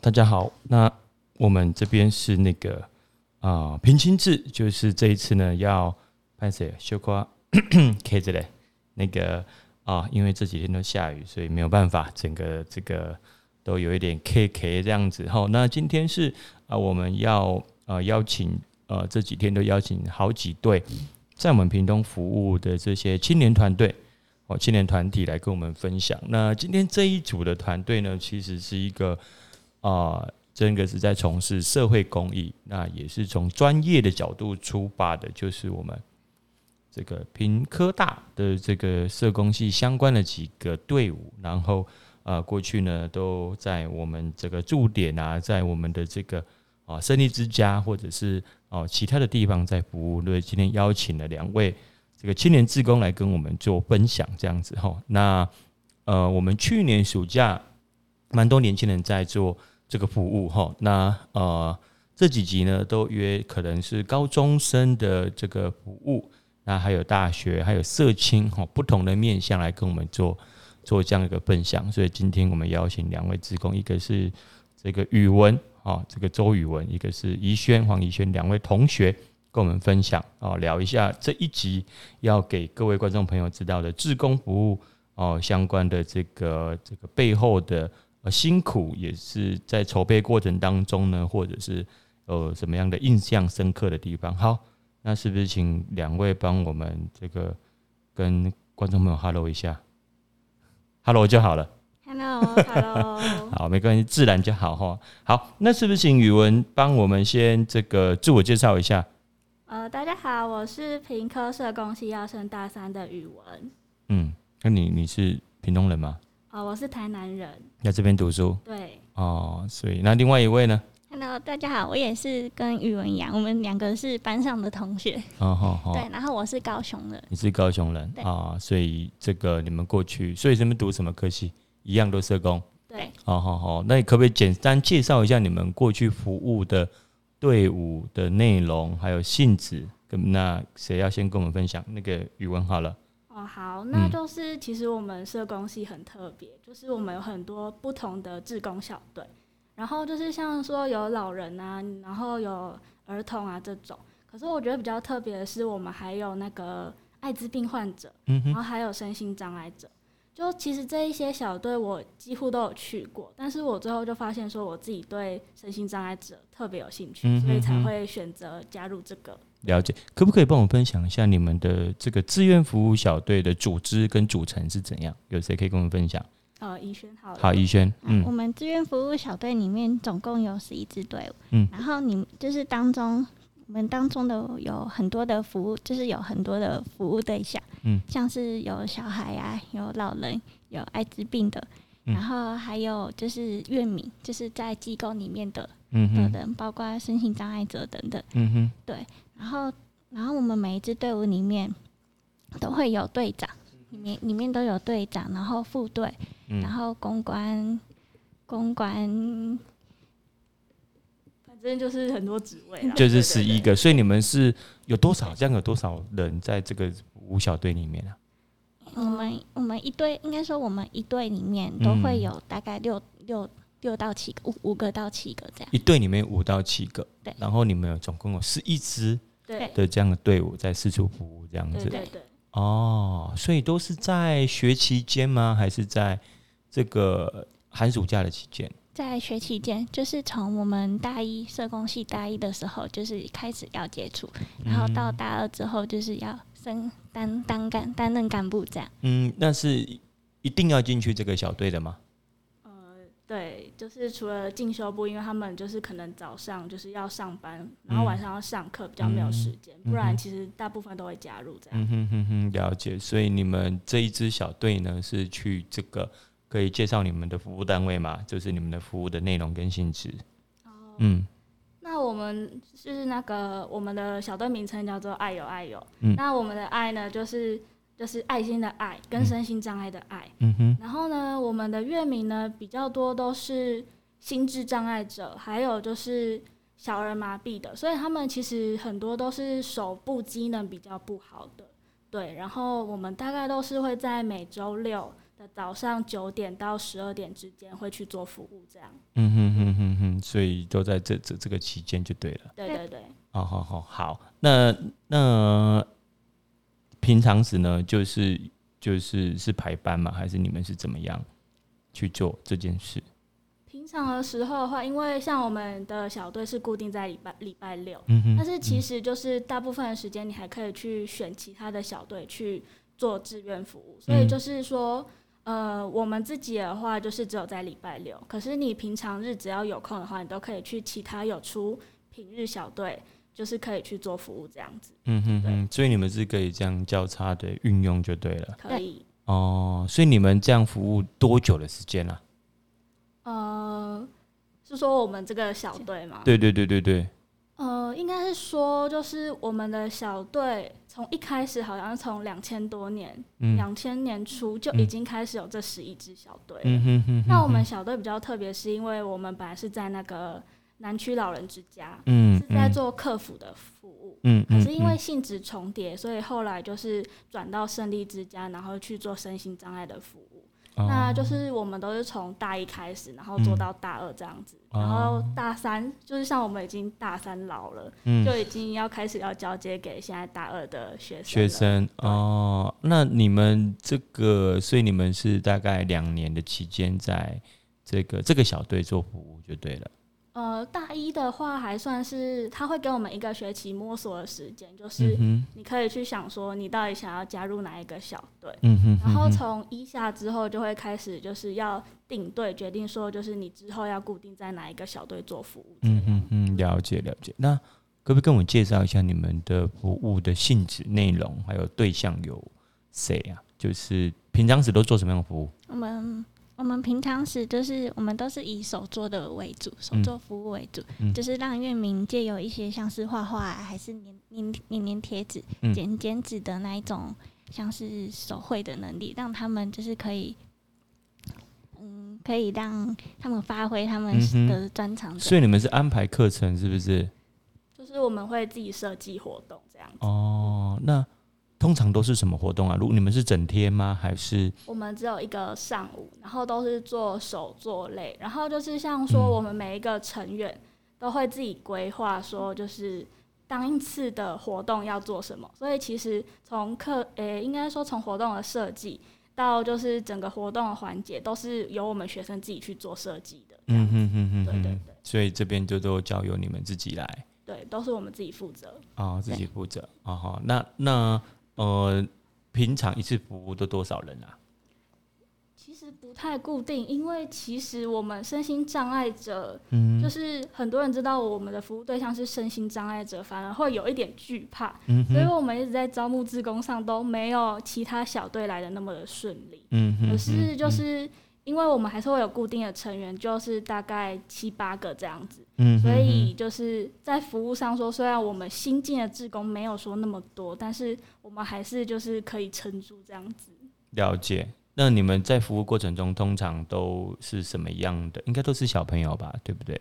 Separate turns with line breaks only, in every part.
大家好，那我们这边是那个啊、呃平清志，就是这一次呢要拍谁修 瓜 K 这嘞，那个啊、因为这几天都下雨，所以没有办法，整个这个都有一点 K K 这样子哈。那今天是啊、我们要呃邀请呃这几天都邀请好几对在我们屏东服务的这些青年团队。哦，青年团体来跟我们分享。那今天这一组的团队呢，其实是一个啊、真的是在从事社会公益，那也是从专业的角度出发的，就是我们这个平科大的这个社工系相关的几个队伍，然后呃，过去呢都在我们这个驻点啊，在我们的这个啊、胜利之家或者是哦、其他的地方在服务。对，今天邀请了两位这个青年志工来跟我们做分享，这样子哈。那呃，我们去年暑假蛮多年轻人在做这个服务哈。那呃这几集呢，都约可能是高中生的这个服务，那还有大学，还有社青哈，不同的面向来跟我们做做这样一个分享。所以今天我们邀请两位职工，一个是这个语文啊，这个周语文，一个是怡轩黄怡轩，两位同学跟我们分享哦，聊一下这一集要给各位观众朋友知道的志工服务哦相关的这个这个背后的呃辛苦，也是在筹备过程当中呢，或者是有什么样的印象深刻的地方。好，那是不是请两位帮我们这个跟观众朋友 hello 一下，hello 就好了。
Hello，Hello，
好，没关系，自然就好哈。好，那是不是请宇文帮我们先这个自我介绍一下？
呃，大家好，我是平科社工系要升大三的语文，
嗯，那你你是屏东人吗？
呃，我是台南人，
在这边读书
对
哦，所以那另外一位呢？
Hello，大家好，我也是跟语文一样，我们两个是班上的同学，
哦好好，
对，然后我是高雄人，
你是高雄人
对
啊、所以这个你们过去，所以你们读什么科系？一样都社工。
对，
好好好，那你可不可以简单介绍一下你们过去服务的队伍的内容，还有性质？跟那谁要先跟我们分享？那个语文好了，
哦，好，那
嗯
就是其实我们社工系很特别，就是我们有很多不同的志工小队，然后就是像说有老人啊，然后有儿童啊这种。可是我觉得比较特别的是，我们还有那个艾滋病患者，
嗯哼，
然后还有身心障碍者。就其实这一些小队我几乎都有去过，但是我最后就发现说我自己对身心障碍者特别有兴趣，
嗯哼
所以才
哼
会选择加入这个。
了解。可不可以帮我分享一下你们的这个志愿服务小队的组织跟组成是怎样？有谁可以跟我们分享？
呃，怡轩好了，
好，逸轩，
我
嗯
们志愿服务小队里面总共有十一支队伍，
嗯
然后你就是当中。我们当中的有很多的服务，就是有很多的服务对象，
嗯，
像是有小孩啊，有老人，有艾滋病的，
嗯
然后还有就是乐迷，就是在机构里面的
嗯
的
哼，
人，包括身心障碍者等等。
嗯哼，
然后，然后我们每一支队伍里面都会有队长，里面里面都有队长，然后副队，然
嗯，
后公关，公关
反正就是很多职位啦，啊
嗯
就是
对
十一。
对对
个。所以你们是有多少？这样有多少人在这个五小队里面啊？
我们我们一队，应该说我们一队里面都会
嗯
有大概六六六到七个，五五个到七个这样。
一队里面有五到七个，
对
然后你们有总共有十一支
对
的这样的队伍在四处服务，这样
对
子
对对，
哦，所以都是在学期间吗？还是在这个寒暑假的期间？
在学期间，就是从我们大一社工系大一的时候，就是开始要接触，然后
嗯
到大二之后，就是要升担当干担任干部这样。
嗯，那是一定要进去这个小队的吗？
呃，对，就是除了进修部，因为他们就是可能早上就是要上班，然后晚上要上课，比较没有时间，不
嗯
然
哼
其实大部分都会加入这样。
嗯哼哼哼，了解。所以你们这一支小队呢，是去这个可以介绍你们的服务单位吗？就是你们的服务的内容跟性质。
哦
嗯
那我们是那个我们的小队名称叫做“爱有爱有”，
嗯
那我们的“爱”呢，就是就是爱心的“爱”跟身心障碍的“爱
嗯”哼
然后呢，我们的乐迷呢比较多都是心智障碍者，还有就是小儿麻痹的，所以他们其实很多都是手部机能比较不好的。对，然后我们大概都是会在每周六的早上九点到十二点之间会去做服务，这样。
嗯哼哼哼所以都在这这这个期间就对了。
对对对，
哦，好好好，那那平常时呢，就是就是是排班吗？还是你们是怎么样去做这件事？
平常的时候的话，因为像我们的小队是固定在礼拜礼拜六，
嗯哼
但是其
实
实就是大部分的时间你还可以去选其他的小队去做志愿服务，所以
嗯
就是说。呃，我们自己的话就是只有在礼拜六，可是你平常日只要有空的话，你都可以去其他有出平日小队，就是可以去做服务这样子，
嗯哼哼，所以你们是可以这样交叉的运用就对了。
可以。
哦，所以你们这样服务多久的时间啊？
呃，是说我们这个小队吗？
对对对对对，
呃，应该是说，就是我们的小队从一开始好像是从两千多年，
嗯
两千、年初就
嗯
已经开始有这十一支小队了。
嗯哼哼哼，
那我们小队比较特别，是因为我们本来是在那个南区老人之家，
嗯
是在做客服的服务。
嗯，
可
嗯
是因为
嗯
性质重叠，所以后来就是转到胜利之家，然后去做身心障碍的服务。
哦
那就是我们都是从大一开始，然后做到大二这样子，
哦
然后大三就是像我们已经大三老了，
嗯
就已经要开始要交接给现在大二的学生
学
了。
生哦，那你们这个，所以你们是大概两年的期间，在这个这个小队做服务就对了。
呃，大一的话还算是他会给我们一个学期摸索的时间，就是
嗯
你可以去想说你到底想要加入哪一个小队。
哼，嗯哼，
然后
嗯哼
从一下之后就会开始，就是要定队，决定说就是你之后要固定在哪一个小队做服务这样。
嗯嗯嗯，了解了解。那可不可以跟我介绍一下你们的服务的性质、内容，还有对象有谁啊？就是平常时都做什么样的服务？
我们我们平常时就是我们都是以手作的为主，手作服务为主，
嗯
就是让乐民借有一些像是画画啊还是粘粘粘粘贴纸、
嗯
剪剪纸的那一种，像是手绘的能力，让他们就是可以。嗯，可以让他们发挥他们
嗯哼
的专长、
所以你们是安排课程是不是？
就是我们会自己设计活动这样子。
哦，那通常都是什么活动啊？如你们是整天吗？还是
我们只有一个上午，然后都是做手作类，然后就是像
嗯
说我们每一个成员都会自己规划说，就是当一次的活动要做什么。所以其实从课，诶、应该说从活动的设计到就是整个活动的环节，都是由我们学生自己去做设计的。
嗯哼哼哼
对
哼，
对对
所以这边就都交由你们自己来
对，都是我们自己负责。
啊、哦，自己负责啊哈、哦。那那呃，平常一次服务都多少人啊？
其实不太固定，因为其实我们身心障碍者，
嗯
就是很多人知道我们的服务对象是身心障碍者，反而会有一点惧怕，
嗯
所以我们一直在招募志工上都没有其他小队来的那么的顺利。
嗯哼
可是就
嗯
是因为我们还是会有固定的成员，就是大概七八个这样子，
嗯哼
所以就是在服务上说，虽然我们新进的志工没有说那么多，但是我们还是就是可以撑住这样子。
了解。那你们在服务过程中，通常都是什么样的？应该都是小朋友吧，对不对？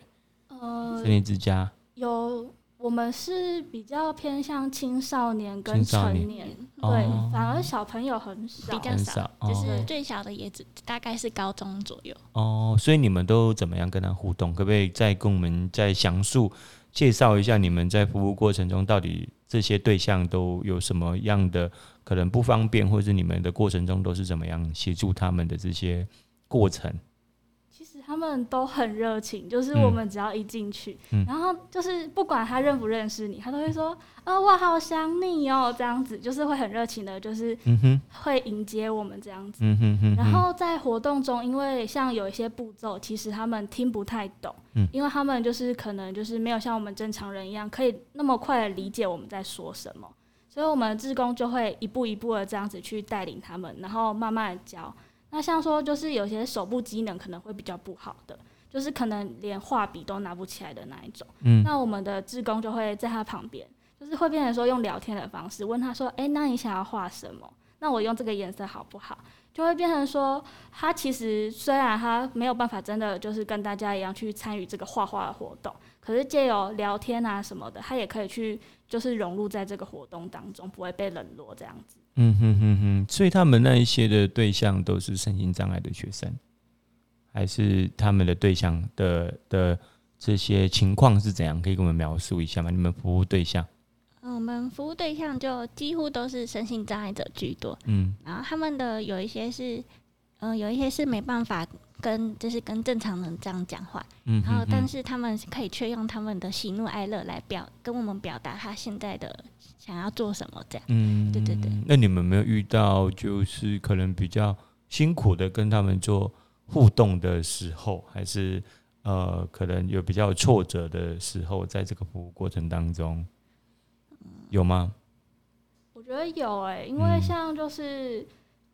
呃
森，林之家，
有，我们是比较偏向青少年跟
青少
成
年
年，对，
哦
反而小朋友很少。
比较
很
少
少，
就是
哦
最小的也只大概是高中左右。
哦，所以你们都怎么样跟他互动？可不可以再跟我们再详述介绍一下你们在服务过程中到底这些对象都有什么样的可能不方便，或是你们的过程中都是怎么样协助他们的这些过程？
其实他们都很热情，就是
嗯
我们只要一进去，
嗯
然后就是不管他认不认识你，他都会说：“啊、我好想你哦。”这样子，就是会很热情的，就是
嗯哼，
会迎接我们这样子。
嗯哼哼哼，
然后在活动中，因为像有一些步骤，其实他们听不太懂，
嗯
因为他们就是可能就是没有像我们正常人一样，可以那么快的理解我们在说什么，所以我们志工就会一步一步的这样子去带领他们，然后慢慢的教。那像说就是有些手部机能可能会比较不好的，就是可能连画笔都拿不起来的那一种，
嗯
那我们的志工就会在他旁边，就是会变成说用聊天的方式问他说：“哎、那你想要画什么？那我用这个颜色好不好？”就会变成说，他其实虽然他没有办法真的就是跟大家一样去参与这个画画的活动，可是借由聊天啊什么的，他也可以去就是融入在这个活动当中，不会被冷落这样子。
嗯哼哼哼，所以他们那一些的对象都是身心障碍的学生，还是他们的对象的的这些情况是怎样？可以给我们描述一下吗？你们服务对象，
嗯，我们服务对象就几乎都是身心障碍者居多，
嗯
然后他们的有一些是，嗯、有一些是没办法跟就是跟正常人这样讲话，
嗯
然后
嗯
但
嗯
是他们是可以却用他们的喜怒哀乐来表跟我们表达他现在的想要做什么这样。
嗯
对对对。
那你们有没有遇到就是可能比较辛苦的跟他们做互动的时候，还是呃可能有比较有挫折的时候，在这个服务过程当中有吗？
我觉得有哎、因为
嗯
像就是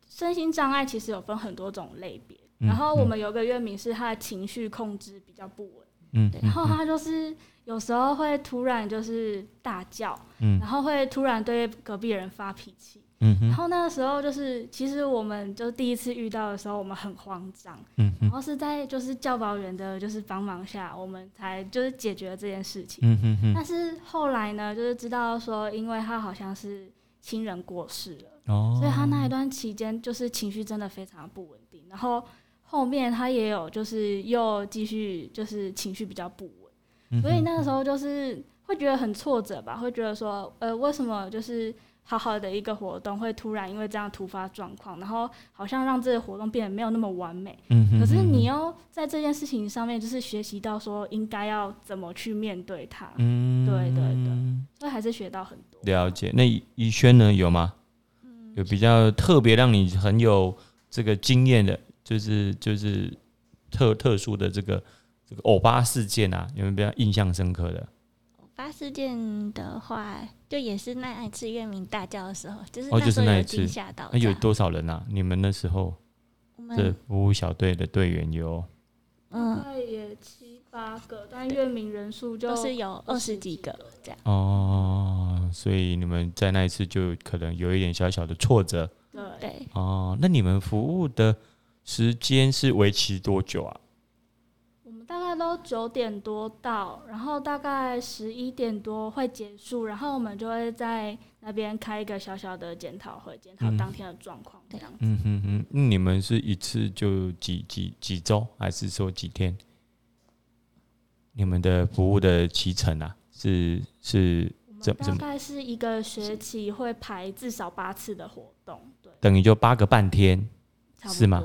身心障碍其实有分很多种类别，
嗯
然后我
嗯
们有个乐名是他的情绪控制比较不稳，
嗯，
然后他就是有时候会突然就是大叫，
嗯
然后会突然对隔壁人发脾气。
嗯
然
嗯
后那个时候就是，其实我们就第一次遇到的时候，我们很慌张，
嗯嗯
然后是在就是教保员的就是帮忙下，我们才就是解决了这件事情。
嗯嗯嗯
但是后来呢，就是知道说，因为他好像是亲人过世了，
哦，
所以他那一段期间就是情绪真的非常不稳定。然后后面他也有就是又继续就是情绪比较不稳。
嗯
所以
哼
那个时候就是会觉得很挫折吧，会觉得说，呃，为什么就是好好的一个活动会突然因为这样突发状况，然后好像让这个活动变得没有那么完美。
嗯哼
可是
嗯
你又在这件事情上面就是学习到说应该要怎么去面对它，
嗯
对对所以还是学到很多。
了解。那怡怡轩呢？有吗？有比较特别让你很有这个经验的，就是就是特特殊的这个这个欧巴事件啊，有没有比较印象深刻的？
发事件的话，就也是那一次月明大叫的时候，就是
哦就是
时候
那一
有惊
次
吓到
那
这
有
样
多少人啊？你们那时候
我
的
们
服务小队的队员有？
嗯
概也七八个，但月明人数就
都是有二十几个这样。
哦，所以你们在那一次就可能有一点小小的挫折
对，
对，
哦。那你们服务的时间是为期多久啊？
我们大概都九点多到，然后大概十一点多会结束，然后我们就会在那边开一个小小的检讨会，检讨
嗯
当天的状况这
对
样子。
嗯哼哼，那你们是一次就几几几周，还是说几天？你们的服务的期程啊，是是
我
怎
们
怎
大
么
概是一个学期会排至少八次的活动，对，
等于就八个半天
差不多。
是吗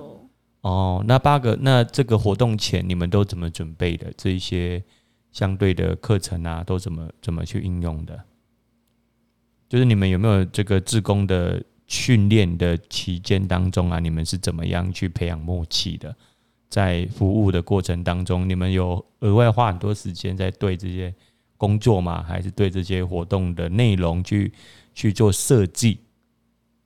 哦。那八个那这个活动前你们都怎么准备的？这一些相对的课程啊，都怎么怎么去应用的？就是你们有没有这个志工的训练的期间当中啊，你们是怎么样去培养默契的？在服务的过程当中，你们有额外花很多时间在对这些工作吗？还是对这些活动的内容去去做设计？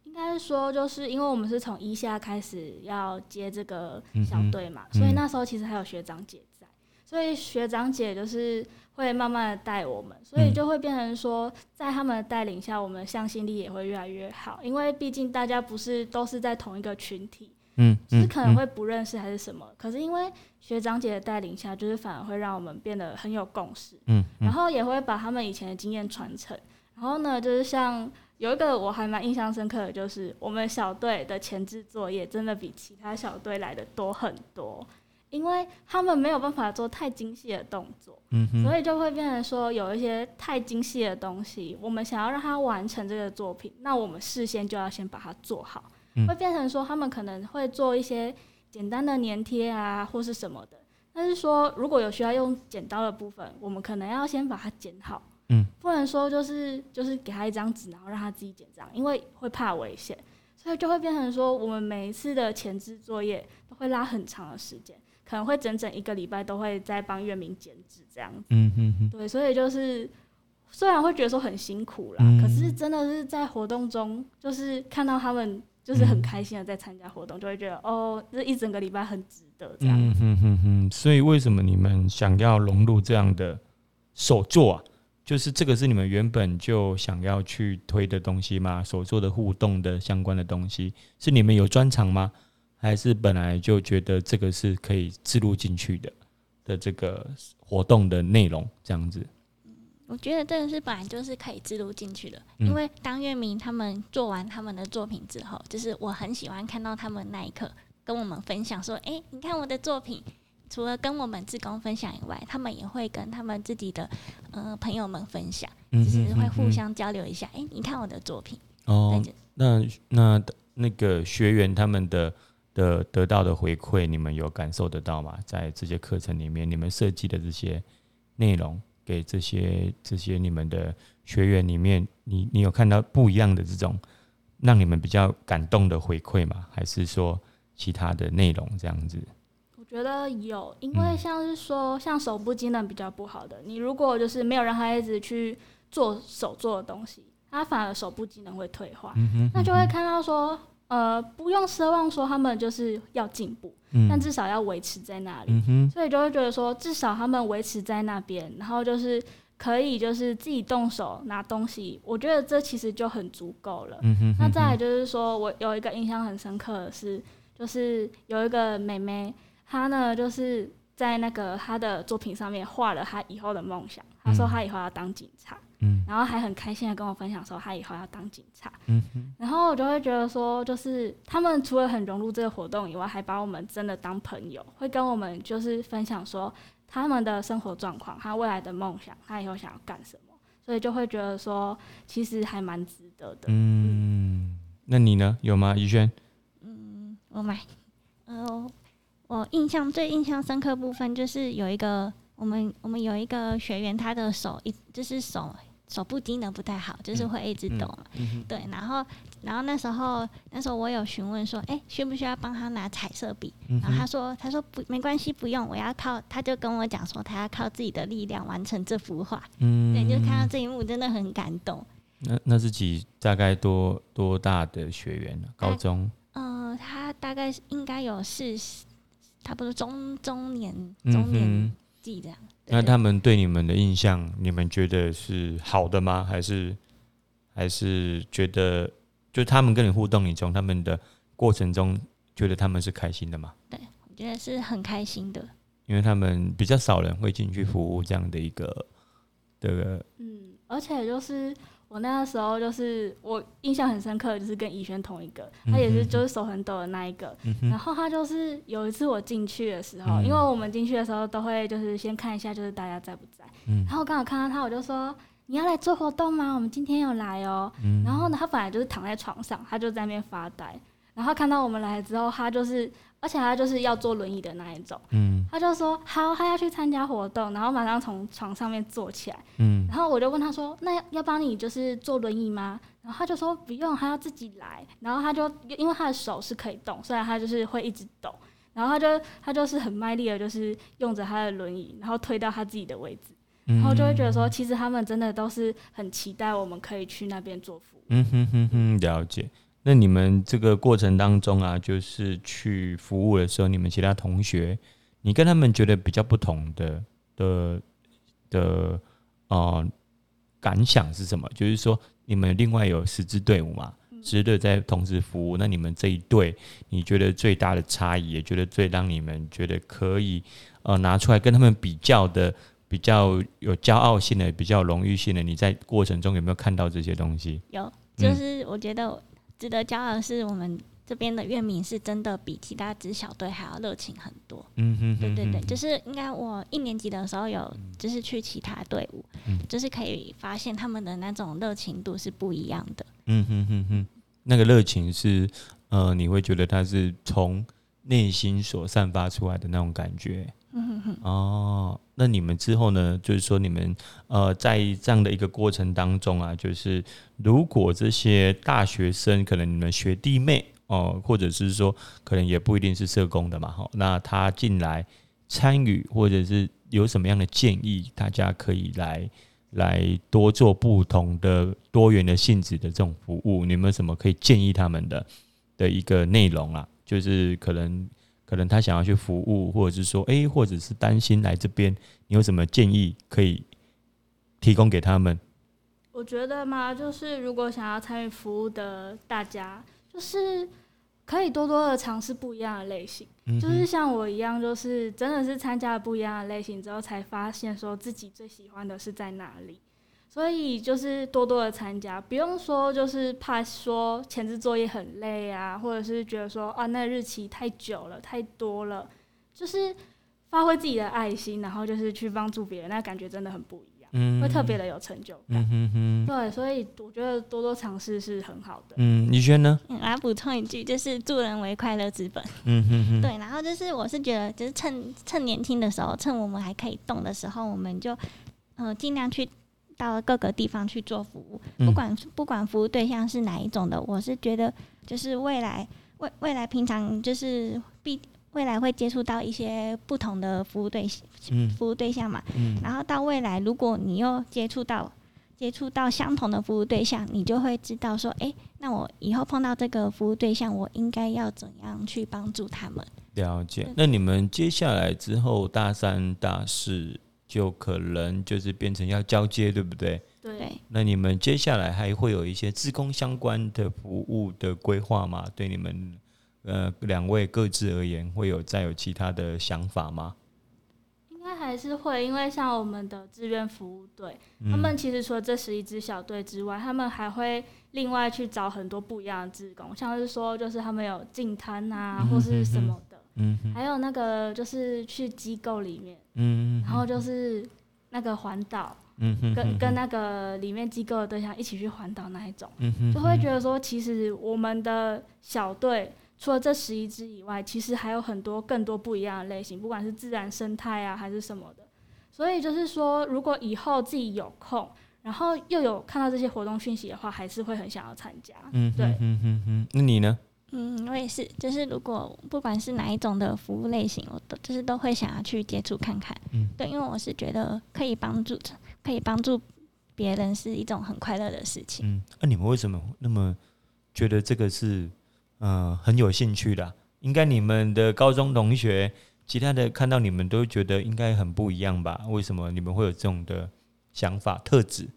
应该是说，就是因为我们是从一下开始要接这个小队嘛，
嗯
所以那时候其实还有学长姐在，所以学长姐就是会慢慢的带我们，所
嗯
以就会变成说，在他们的带领下，我们的向心力也会越来越好，因为毕竟大家不是都是在同一个群体，
嗯，
是
嗯
可能会不认识还是什么，可是因为学长姐的带领下，就是反而会让我们变得很有共识，
嗯
然
嗯
后也会把他们以前的经验传承。然后呢，就是像有一个我还蛮印象深刻的，就是我们小队的前置作业真的比其他小队来的多很多，因为他们没有办法做太精细的动作，
嗯哼
所以就会变成说有一些太精细的东西，我们想要让他完成这个作品，那我们事先就要先把它做好
嗯，
会变成说他们可能会做一些简单的粘贴啊或是什么的。但是说，如果有需要用剪刀的部分，我们可能要先把它剪好，
嗯，
不能说就是就是给他一张纸，然后让他自己剪这样，因为会怕危险，所以就会变成说，我们每一次的前置作业都会拉很长的时间，可能会整整一个礼拜都会在帮月明剪纸这样子。
嗯嗯嗯
对，所以就是虽然会觉得说很辛苦啦，
嗯
可是真的是在活动中，就是看到他们就是很开心的在参加活动，就会觉得哦，这一整个礼拜很值得这样子。
嗯哼哼哼，所以为什么你们想要融入这样的手作啊？就是这个是你们原本就想要去推的东西吗？手作的互动的相关的东西，是你们有专长吗？还是本来就觉得这个是可以植入进去的的这个活动的内容这样子？
我觉得这个是本来就是可以植入进去的，
嗯
因为当月明他们做完他们的作品之后，就是我很喜欢看到他们那一刻跟我们分享说：“哎、你看我的作品。”除了跟我们志工分享以外，他们也会跟他们自己的呃朋友们分享，
嗯
就是
哼
会
嗯
互
哼
相交流一下。哎、你看我的作品，
哦
嗯
对，就
那那那个学员他们的的得到的回馈，你们有感受得到吗？在这些课程里面，你们设计的这些内容给这些这些你们的学员里面，你你有看到不一样的这种让你们比较感动的回馈吗？还是说其他的内容这样子？
我觉得有，因为
嗯
像是说，像手部机能比较不好的，你如果就是没有让他一直去做手做的东西，他反而手部机能会退化，
嗯哼
那就会看到说，呃，不用奢望说他们就是要进步，
嗯
但至少要维持在那里。
嗯哼
所以就会觉得说，至少他们维持在那边，然后就是可以就是自己动手拿东西，我觉得这其实就很足够了。
嗯哼，
那再来就是说我有一个印象很深刻的是，就是有一个妹妹，她呢就是在那个她的作品上面画了她以后的梦想，她说
嗯
她以后要当警察，
嗯
然后还很开心的跟我分享说她以后要当警察，
嗯哼
然后我就会觉得说，就是他们除了很融入这个活动以外，还把我们真的当朋友，会跟我们就是分享说他们的生活状况、他未来的梦想、他以后想要干什么，所以就会觉得说，其实还蛮值得的。
嗯，那你呢？有吗？怡轩？
嗯，我买，呃，我印象最印象深刻部分就是有一个我们我们有一个学员，他的手一就是手手部机能不太好，就是
嗯
会一直
嗯
抖嘛。对，然后然后那时候那时候我有询问说，哎、需不需要帮他拿彩色笔？
嗯
然后他
哼
说他说不没关系，不用，我要靠，他就跟我讲说他要靠自己的力量完成这幅画。
嗯
对，就看到这一幕真的很感动。
那那是几大概多多大的学员呢？高
大
中，
嗯、他大概是应该有四十，差不多中中年
嗯
中年
哼
纪这样。对
那
对
他们对你们的印象，你们觉得是好的吗？还是还是觉得就他们跟你互动，你从他们的过程中觉得他们是开心的吗？
我觉得是很开心的。
因为他们比较少人会进去服务这样的一个的，
嗯，而且就是我那个时候，就是我印象很深刻，就是跟怡轩同一个，他也
嗯
是
哼
就是手很抖的那一个。
嗯
然
哼，
后他就是有一次我进去的时候，
嗯
因为我们进去的时候都会就是先看一下就是大家在不在，
嗯
然后刚好看到他，我就说你要来做活动吗？我们今天有来哦、
嗯
然后呢，他本来就是躺在床上，他就在那边发呆。然后看到我们来之后，他就是，而且他就是要坐轮椅的那一种，
嗯
他就说好，他要去参加活动，然后马上从床上面坐起来。
嗯
然后我就问他说：“那要要帮你就是坐轮椅吗？”然后他就说：“不用，他要自己来。”然后他就因为他的手是可以动，虽然他就是会一直抖，然后他就他就是很卖力的，就是用着他的轮椅，然后推到他自己的位置，
嗯，
然后就会觉得说，其实他们真的都是很期待我们可以去那边做服务。
嗯哼哼哼，了解。那你们这个过程当中啊，就是去服务的时候，你们其他同学，你跟他们觉得比较不同的的的呃感想是什么？就是说，你们另外有十支队伍嘛，十支队在同时服务，那你们这一队，你觉得最大的差异，也觉得最让你们觉得可以呃拿出来跟他们比较的，比较有骄傲性的，比较有荣誉性的，你在过程中有没有看到这些东西？
有，
嗯
就是我觉得值得骄傲的是，我们这边的乐迷是真的比其他支小队还要热情很多。
嗯哼
对
哼
对对，
哼
就是应该我一年级的时候有，就是去其他队伍，
嗯
就是可以发现他们的那种热情度是不一样的。
嗯哼哼哼，那个热情是，呃，你会觉得它是从内心所散发出来的那种感觉。
嗯哼哼，
哦，那你们之后呢？就是说，你们呃，在这样的一个过程当中啊，就是如果这些大学生，可能你们学弟妹哦、或者是说，可能也不一定是社工的嘛，哈、那他进来参与，或者是有什么样的建议，大家可以来来多做不同的多元的性质的这种服务，你有没有什么可以建议他们的的一个内容啊？就是可能可能他想要去服务，或者是说，诶，或者是担心来这边，你有什么建议可以提供给他们？
我觉得嘛，就是如果想要参与服务的大家，就是可以多多的尝试不一样的类型。
嗯
就是像我一样，就是真的是参加了不一样的类型之后，才发现说自己最喜欢的是在哪里。所以就是多多的参加，不用说就是怕说前置作业很累啊，或者是觉得说啊那日期太久了太多了，就是发挥自己的爱心，然后就是去帮助别人，那感觉真的很不一样，
嗯
会特别的有成就感。
嗯哼哼，
对，所以我觉得多多尝试是很好的。
嗯，你觉得呢？
嗯，来补充一句，就是助人为快乐之本。
嗯哼哼，
对，然后就是我是觉得，就是趁趁年轻的时候，趁我们还可以动的时候，我们就呃尽量去到各个地方去做服务，不
嗯
管不管服务对象是哪一种的，我是觉得就是未来未未来平常就是必未来会接触到一些不同的服务对象
嗯
服务对象嘛，
嗯
然后到未来，如果你又接触到接触到相同的服务对象，你就会知道说，诶，那我以后碰到这个服务对象，我应该要怎样去帮助他们？
了解
对。
那你们接下来之后，大三、大四就可能就是变成要交接，对不对？
对，
对，
那你们接下来还会有一些自工相关的服务的规划吗？对你们呃两位各自而言，会有再有其他的想法吗？
应该还是会，因为像我们的志愿服务队，
嗯
他们其实除了这十一支小队之外，他们还会另外去找很多不一样的志工，像是说就是他们有进摊啊，或是什么的，
嗯哼
还有那个就是去机构里面，
嗯哼，
然后就是那个环岛，
嗯哼
跟
哼
跟那个里面机构的对象一起去环岛那一种，
嗯哼
就会觉
得
得说，其实我们的小队除了这十一支以外，其实还有很多更多不一样的类型，不管是自然生态啊还是什么的。所以就是说，如果以后自己有空，然后又有看到这些活动讯息的话，还是会很想要参加。
嗯
对
哼哼哼哼，那你呢？
嗯，我也是，就是如果不管是哪一种的服务类型，我都就是都会想要去接触看看。
嗯
对，因为我是觉得可以帮助可以帮助别人是一种很快乐的事情。
嗯，那、你们为什么那么觉得这个是呃很有兴趣的啊、应该你们的高中同学，其他的看到你们都觉得应该很不一样吧？为什么你们会有这种的想法特质？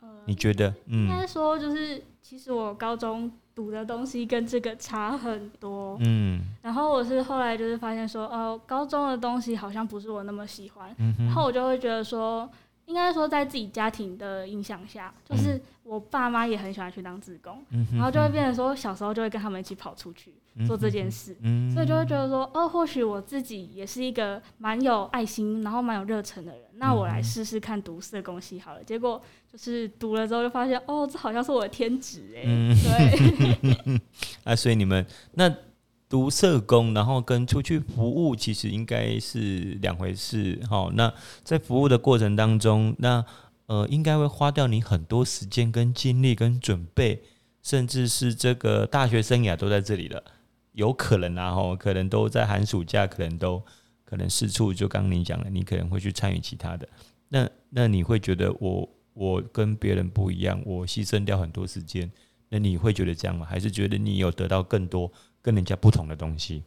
呃，
你觉得？嗯
应该说就是，其实我高中读的东西跟这个差很多。
嗯
然后我是后来就是发现说，哦，高中的东西好像不是我那么喜欢，
嗯
然
哼
后我就会觉得说，应该说在自己家庭的影响下，就是我爸妈也很喜欢去当志工，
嗯哼，
然后就会变成说小时候就会跟他们一起跑出去做这件
事，
事，
嗯
所以就会觉得说，哦，或许我自己也是一个蛮有爱心，然后蛮有热忱的人，那我
嗯
来试试看读社工系好了。结果就是读了之后就发现，哦，这好像是我的天职哎、
嗯
对，
啊，所以你们那读社工，然后跟出去服务，其实应该是两回事。好，那在服务的过程当中，那呃，应该会花掉你很多时间、跟精力、跟准备，甚至是这个大学生涯都在这里了。有可能啊，吼，可能都在寒暑假，可能都可能四处，就刚你讲了，你可能会去参与其他的。那那你会觉得我我跟别人不一样，我牺牲掉很多时间，那你会觉得这样吗？还是觉得你有得到更多跟人家不同的东西？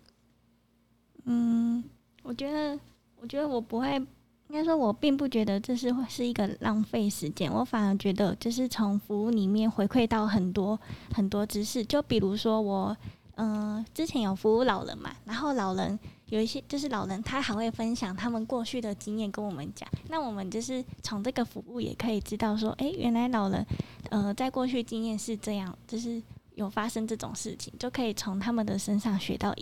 嗯，我觉得，我觉得我不会，应该说，我并不觉得这是会是一个浪费时间，我反而觉得就是从服务里面回馈到很多很多知识，就比如说我。嗯、之前有服务老人嘛，然后老人有一些就是老人，他还会分享他们过去的经验跟我们讲。那我们就是从这个服务也可以知道说，诶，原来老人呃在过去经验是这样，就是有发生这种事情，就可以从他们的身上学到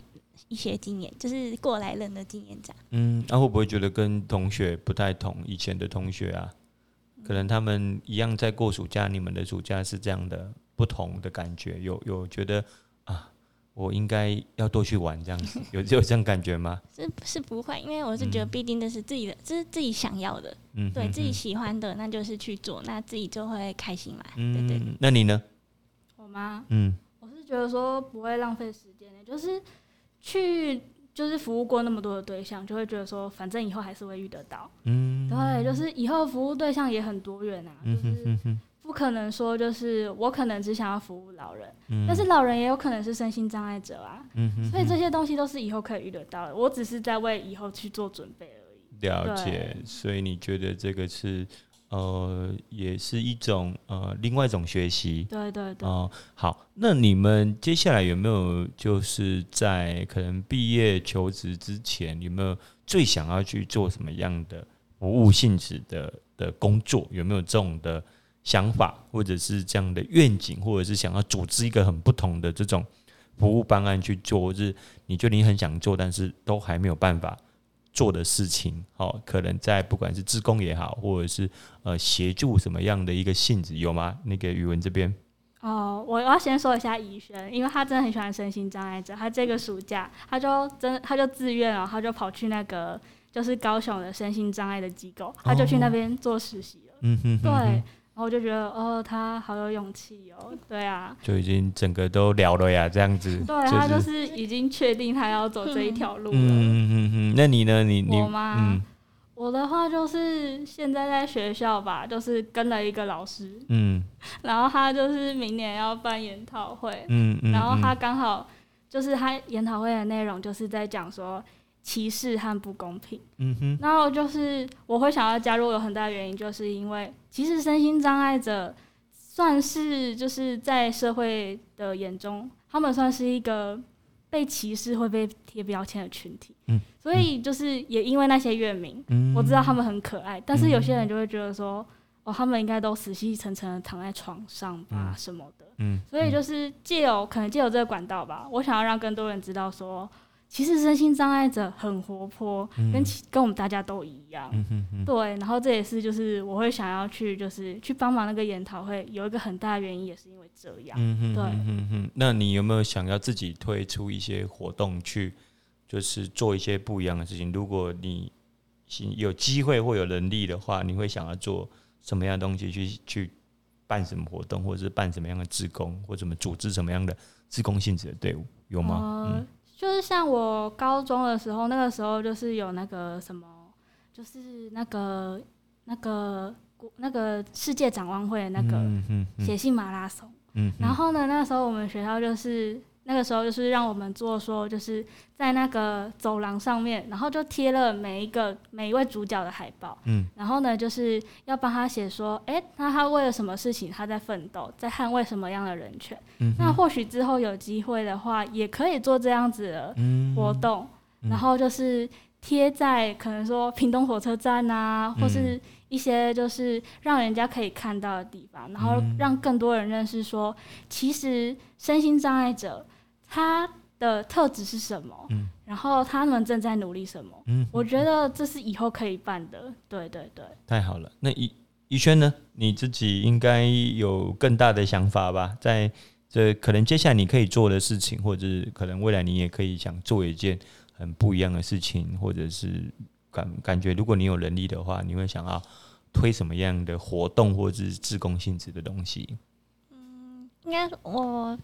一些经验，就是过来人的经验这样。
嗯，那、会不会觉得跟同学不太同？以前的同学啊，可能他们一样在过暑假，你们的暑假是这样的不同的感觉，有有觉得啊，我应该要多去玩这样 子，有有这样感觉吗？
是是不会，因为我是觉得，
嗯
毕竟这是自己的，这是自己想要的，
嗯，
对
嗯
自己，喜欢的，那就是去做，那自己就会开心嘛。对
嗯，
对对，
嗯那你呢？
我妈
嗯
我是觉得说不会浪费时间的，就是去就是服务过那么多的对象，就会觉得说反正以后还是会遇得到。
嗯，
对，就是以后服务对象也很多元啊，就
嗯哼
是
哼哼
不可能说就是我可能只想要服务老人，
嗯
但是老人也有可能是身心障碍者啊，
嗯哼
所以这些东西都是以后可以遇得到的。我只是在为以后去做准备而已。
了
对
解，所以你觉得这个是呃，也是一种呃，另外一种学习
对对对，
哦、好，那你们接下来有没有就是在可能毕业求职之前，有没有最想要去做什么样的服务性质的的工作？有没有这种的想法，或者是这样的愿景，或者是想要组织一个很不同的这种服务方案去做？或是你觉得你很想做，但是都还没有办法做的事情，好、可能在不管是志工也好，或者是呃协助什么样的一个性质，有吗？那个宇文这边，
哦，我要先说一下怡轩，因为他真的很喜欢身心障碍者。他这个暑假，他就真他就自愿了，他就跑去那个就是高雄的身心障碍的机构，他就去那边做实习了。
哦嗯哼
对，
哼哼
然后我就觉得哦，他好有勇气哦。对啊，
就已经整个都聊了呀，这样子，
对，他
就，
就是是已经确定他要走这一条路
嗯
了。
嗯嗯嗯，那你呢？你你
我吗
嗯
我的话就是现在在学校吧，就是跟了一个老师，
嗯
然后他就是明年要办研讨会，
嗯嗯，
然后他
嗯
刚好就是他研讨会的内容就是在讲说歧视和不公平。
嗯哼
然后就是我会想要加入，有很大的原因就是因为其实身心障碍者算是就是在社会的眼中，他们算是一个被歧视会被贴标签的群体。
嗯
所以就是也因为那些乐名，
嗯，
我知道他们很可爱，但是有些人就会觉得说，哦，他们应该都死气沉沉的躺在床上吧、
嗯
什么的。
嗯，嗯，
所以就是借由可能借由这个管道吧，我想要让更多人知道说，其实身心障碍者很活泼，跟其跟我们大家都一样。
嗯哼哼，
对，然后这也是就是我会想要去就是去帮忙那个研讨会，有一个很大的原因也是因为这样。
嗯哼
对
哼哼哼，那你有没有想要自己推出一些活动去，就是做一些不一样的事情？如果你行有机会或有能力的话，你会想要做什么样的东西去去办什么活动，或者是办什么样的志工，或者怎么组织什么样的志工性质的队伍，有吗？嗯
呃，就是像我高中的时候，那个时候就是有那个什么，就是那个那个那个世界展望会的那个
嗯嗯嗯
写信马拉松。
嗯，
然后呢，那时候我们学校就是那个时候就是让我们做说，就是在那个走廊上面，然后就贴了每一个每一位主角的海报，
嗯，
然后呢就是要帮他写说，诶，那他为了什么事情他在奋斗，在捍卫什么样的人权？
嗯
那或许之后有机会的话，也可以做这样子的
嗯
活动，
嗯
然后就是贴在可能说屏东火车站啊，或
嗯
是一些就是让人家可以看到的地方，然后
嗯
让更多人认识说，其实身心障碍者他的特质是什么，
嗯
然后他们正在努力什么。
嗯，
我觉得这是以后可以办的，对对对。
太好了，那怡怡轩呢？你自己应该有更大的想法吧？在这可能接下来你可以做的事情，或者是可能未来你也可以想做一件很不一样的事情，或者是感感觉，如果你有能力的话，你会想要推什么样的活动，或者是自工性质的东西？
应该我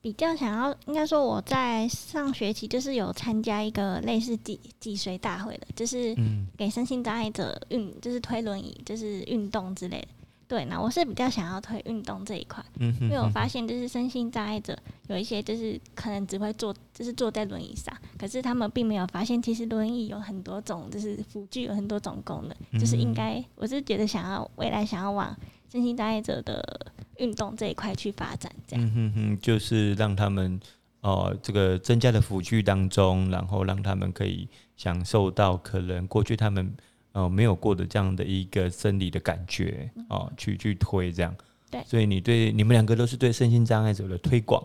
比较想要，应该说我在上学期就是有参加一个类似脊脊髓大会的，就是
嗯
给身心障碍者运，就是推轮椅，就是运动之类的。对，那我是比较想要推运动这一块，
嗯哼
因为我发现就是身心障碍者有一些就是可能只会坐，就是坐在轮椅上，可是他们并没有发现其实轮椅有很多种，就是辅具有很多种功能，就是
嗯
应该我是觉得想要未来想要往身心障碍者的运动这一块去发展，这样。
嗯哼哼，就是让他们哦、呃这个增加的辅具当中，然后让他们可以享受到可能过去他们呃没有过的这样的一个生理的感觉哦、去去推这样。
嗯对
所以你对你们两个都是对身心障碍者的推广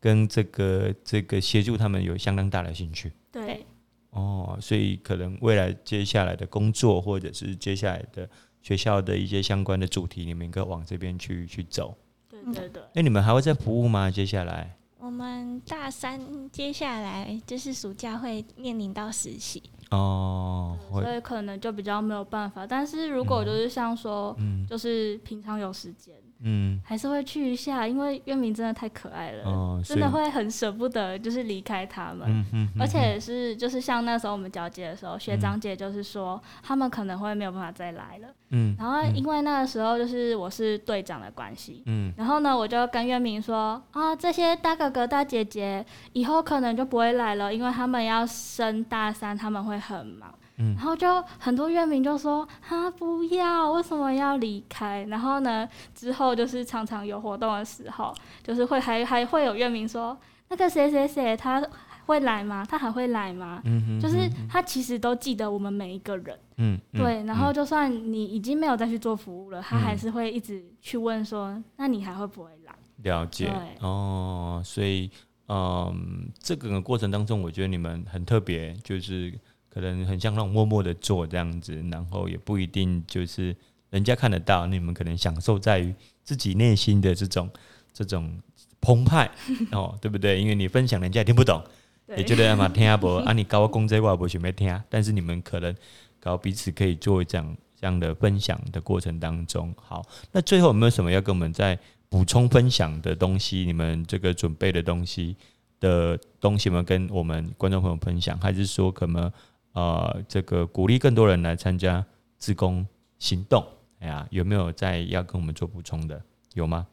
跟这个这个协助他们有相当大的兴趣。
对，
哦，所以可能未来接下来的工作，或者是接下来的学校的一些相关的主题，你们应该往这边去去走。
对
嗯
对对，
那你们还会再服务吗？接下来？
我们大三接下来就是暑假会面临到实习，
哦，会，
所以可能就比较没有办法。但是如果就是像说，
嗯
就是平常有时间，
嗯，
还是会去一下，因为月明真的太可爱了，
哦，所
真
以
的，会很舍不得，就是离开他们。
嗯嗯，
而且是就是像那时候我们交接的时候，学长姐就是说、他们可能会没有办法再来了。
嗯
然后因为那个时候就是我是队长的关系，
嗯
然后呢我就跟月明说啊，这些大哥哥大姐姐以后可能就不会来了，因为他们要升大三，他们会很忙。
嗯
然后就很多乐迷就说啊不要，为什么要离开？然后呢，之后就是常常有活动的时候，就是会还还会有乐迷说那个谁谁谁他会来吗？他还会来吗？
嗯，
就是他其实都记得我们每一个人，
嗯，嗯
对。然后就算你已经没有再去做服务了，他还是会一直去问说，那你还会不会来？
了解
对
哦，所以嗯，这个过程当中，我觉得你们很特别，就是可能很像那种默默的做这样子，然后也不一定就是人家看得到，你们可能享受在于自己内心的这种这种澎湃 哦，对不对？因为你分享人家也听不懂，也觉
对，
得嘛听阿伯啊，你搞我公这我也不想要听，但是你们可能搞彼此可以做这样这样的分享的过程当中，好，那最后有没有什么要跟我们再补充分享的东西？你们这个准备的东西的东西们跟我们观众朋友分享，还是说可能呃这个鼓励更多人来参加自工行动？哎呀，有没有在要跟我们做补充的？有吗？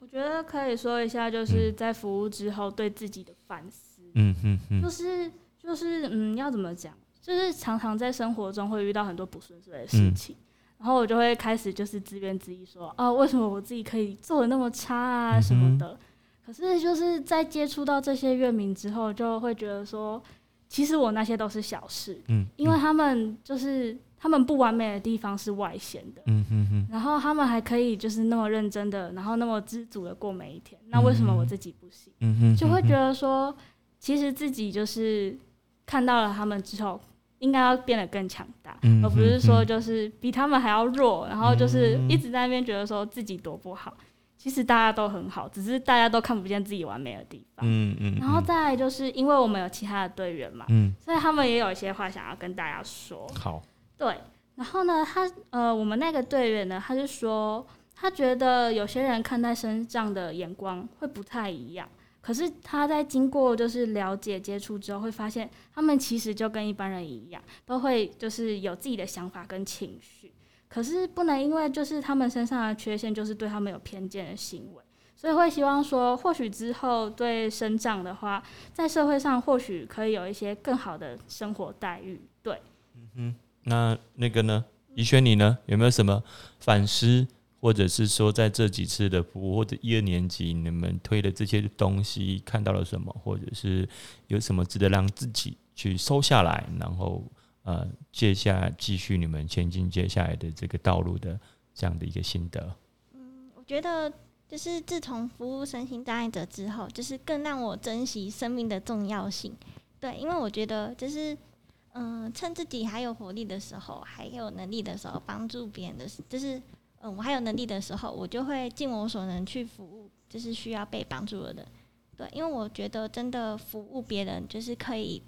我觉得可以说一下，就是在服务之后对自己的反思，
嗯嗯嗯
就是就是嗯，要怎么讲？就是常常在生活中会遇到很多不顺遂的
嗯
事情，然后我就会开始就是自怨自艾，说啊，为什么我自己可以做的那么差啊什
嗯
么的。可是就是在接触到这些乐迷之后，就会觉得说，其实我那些都是小事，
嗯，
因为他们就是他们不完美的地方是外显的，
嗯嗯嗯
然后他们还可以就是那么认真的，然后那么知足的过每一天，那为什么我自己不行？
嗯嗯，
就会觉得说，其实自己就是看到了他们之后，应该要变得更强大，
嗯
而不是说
嗯嗯嗯
就是比他们还要弱，然后就是一直在那边觉得说自己多不好。其实大家都很好，只是大家都看不见自己完美的地方。
嗯嗯，
然后再来就是因为我们有其他的队员嘛，
嗯
所以他们也有一些话想要跟大家说。
好，
对，然后呢，他呃，我们那个队员呢，他就说，他觉得有些人看待身上的眼光会不太一样，可是他在经过就是了解接触之后，会发现他们其实就跟一般人一样，都会就是有自己的想法跟情绪，可是不能因为就是他们身上的缺陷，就是对他们有偏见的行为。所以会希望说，或许之后对生长的话，在社会上或许可以有一些更好的生活待遇。对，
那那个呢？怡轩，你呢？有没有什么反思，或者是说在这几次的服务或者一二年级你们推的这些东西看到了什么，或者是有什么值得让自己去收下来，然后呃，接下来继续你们前进接下来的这个道路的这样的一个心得？
我觉得就是自从服务身心障碍者之后，就是更让我珍惜生命的重要性。对，因为我觉得就是，嗯、趁自己还有活力的时候，还有能力的时候，帮助别人的时，就是，嗯、我还有能力的时候，我就会尽我所能去服务，就是需要被帮助的人。对，因为我觉得真的服务别人，就是可以，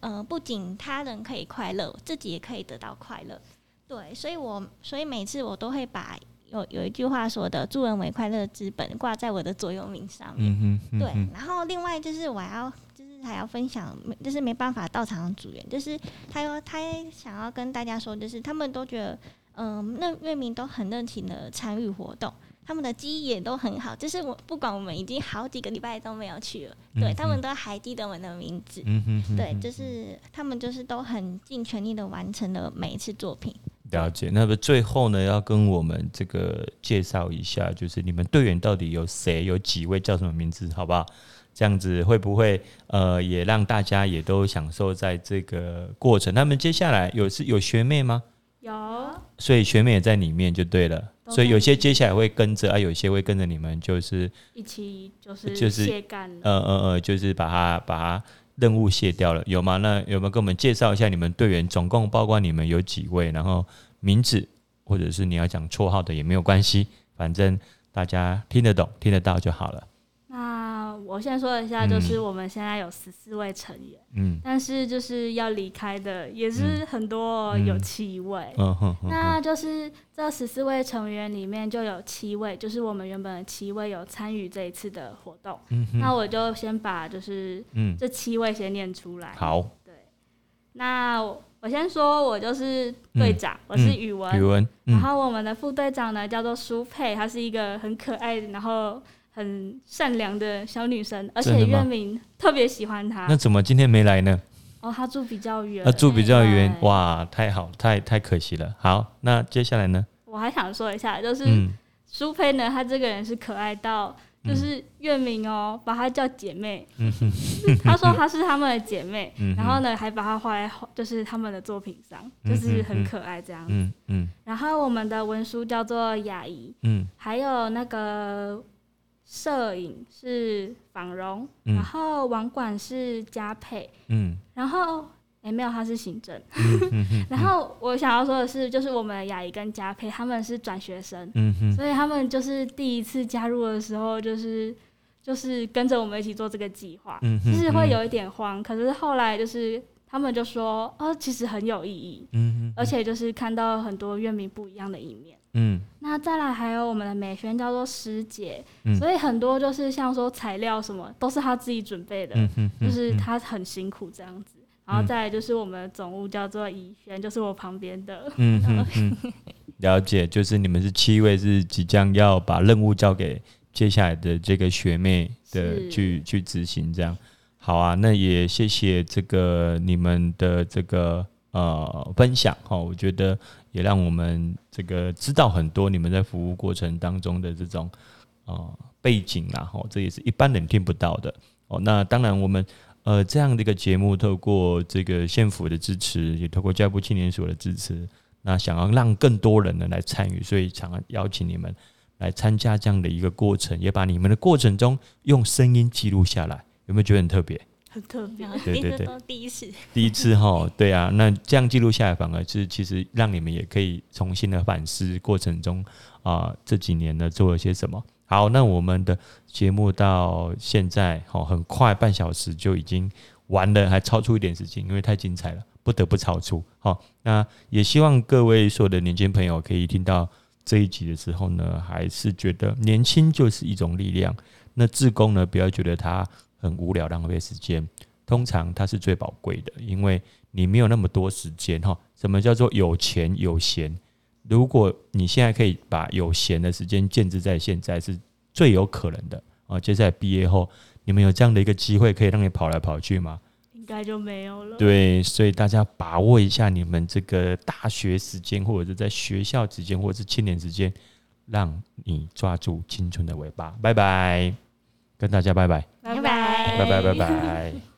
嗯，不仅他人可以快乐，自己也可以得到快乐。对，所以我所以每次我都会把有有一句话说的“助人为快乐之本”挂在我的座右铭上面。
嗯哼，
对，然后另外就是我还要就是还要分享，就是没办法到场的组员，就是他有他想要跟大家说，就是他们都觉得，嗯、那乐迷都很热情的参与活动，他们的记忆也都很好，就是我不管我们已经好几个礼拜都没有去了，对、
嗯
他们都还记得我们的名字。
嗯哼哼
对，就是他们就是都很尽全力的完成了每一次作品。
了解。那么最后呢，要跟我们这个介绍一下，就是你们队员到底有谁，有几位，叫什么名字，好不好？这样子会不会呃，也让大家也都享受在这个过程？他们接下来有是有学妹吗？
有。
所以学妹也在里面就对了。
都在
所以有些接下来会跟着啊，有些会跟着你们，就是
一起就是
就是
卸干了。
呃呃呃，就是把它把它任务卸掉了，有吗？那有没有给我们介绍一下你们队员总共包括你们有几位，然后名字或者是你要讲绰号的也没有关系，反正大家听得懂听得到就好了。
那我先说一下，就是我们现在有十四位成员，
嗯
但是就是要离开的也是很多哦，
嗯
有七位。
嗯哼哼哼，
那就是这十四位成员里面就有七位，就是我们原本的七位有参与这一次的活动。
嗯
那
哼，
我就先把就是
嗯，
这七位先念出来。，
好，
那我我先说，我就是队长，我是语文，
语文，
然
嗯
后我们的副队长呢叫做苏佩，她是一个很可爱，然后很善良的小女生，而
真的
且
吗
月明特别喜欢她
那。怎么今天没来呢？
哦，她住比较远。
啊，住比较远，
对
哇，太好，太太可惜了。好，那接下来呢？
我还想说一下，就是
嗯，
苏佩呢，她这个人是可爱到，就是月明哦，把她叫姐妹， 她说她是她们的姐妹，
嗯
然后呢还把她画在就是她们的作品上，
嗯
就是
嗯
很
嗯
可爱这样。
嗯嗯
然后我们的文书叫做雅怡，
嗯
还有那个摄影是仿荣，
嗯
然后网管是佳佩，
嗯
然后诶，没有，他是行政。然后我想要说的是，就是我们雅怡跟佳佩他们是转学生，
嗯哼，
所以他们就是第一次加入的时候，就是就是跟着我们一起做这个计划，
嗯哼
就是会有一点慌。可是后来就是他们就说，哦，其实很有意义，
嗯哼，
而且就是看到很多乐迷不一样的一面。
嗯
那再来还有我们的美宣叫做师姐，
嗯
所以很多就是像说材料什么都是她自己准备的，
嗯哼，嗯
就是
嗯
她很辛苦这样子。然后再来就是我们的总务叫做怡轩，就是我旁边的，
嗯哼嗯，了解，就是你们是七位，是即将要把任务交给接下来的这个学妹的
是
去去执行，这样。好啊，那也谢谢这个你们的这个呃分享哈、哦，我觉得也让我们这个知道很多你们在服务过程当中的这种呃背景啦，哈、这也是一般人听不到的哦。那当然我们。呃，这样的一个节目，透过这个县府的支持，也透过教育部青年署的支持，那想要让更多人呢来参与，所以想要邀请你们来参加这样的一个过程，也把你们的过程中用声音记录下来，有没有觉得很特别？
很特别。
对对
这
对
都第一次，
第一次哈，对啊，那这样记录下来，反而是其实让你们也可以重新的反思过程中啊、这几年呢做了些什么。好，那我们的节目到现在哦，很快半小时就已经完了，还超出一点时间，因为太精彩了，不得不超出。好、那也希望各位所有的年轻朋友可以听到这一集的时候呢，还是觉得年轻就是一种力量。那志工呢，不要觉得它很无聊，浪费时间。通常它是最宝贵的，因为你没有那么多时间哈。什么叫做有钱有闲？如果你现在可以把有闲的时间建置在现在，是最有可能的啊。接下来毕业后，你们有这样的一个机会，可以让你跑来跑去吗？
应该就没有了。
对，所以大家把握一下你们这个大学时间，或者是在学校时间，或者是青年时间，让你抓住青春的尾巴。拜拜，跟大家拜拜，
拜
拜
拜拜，拜拜。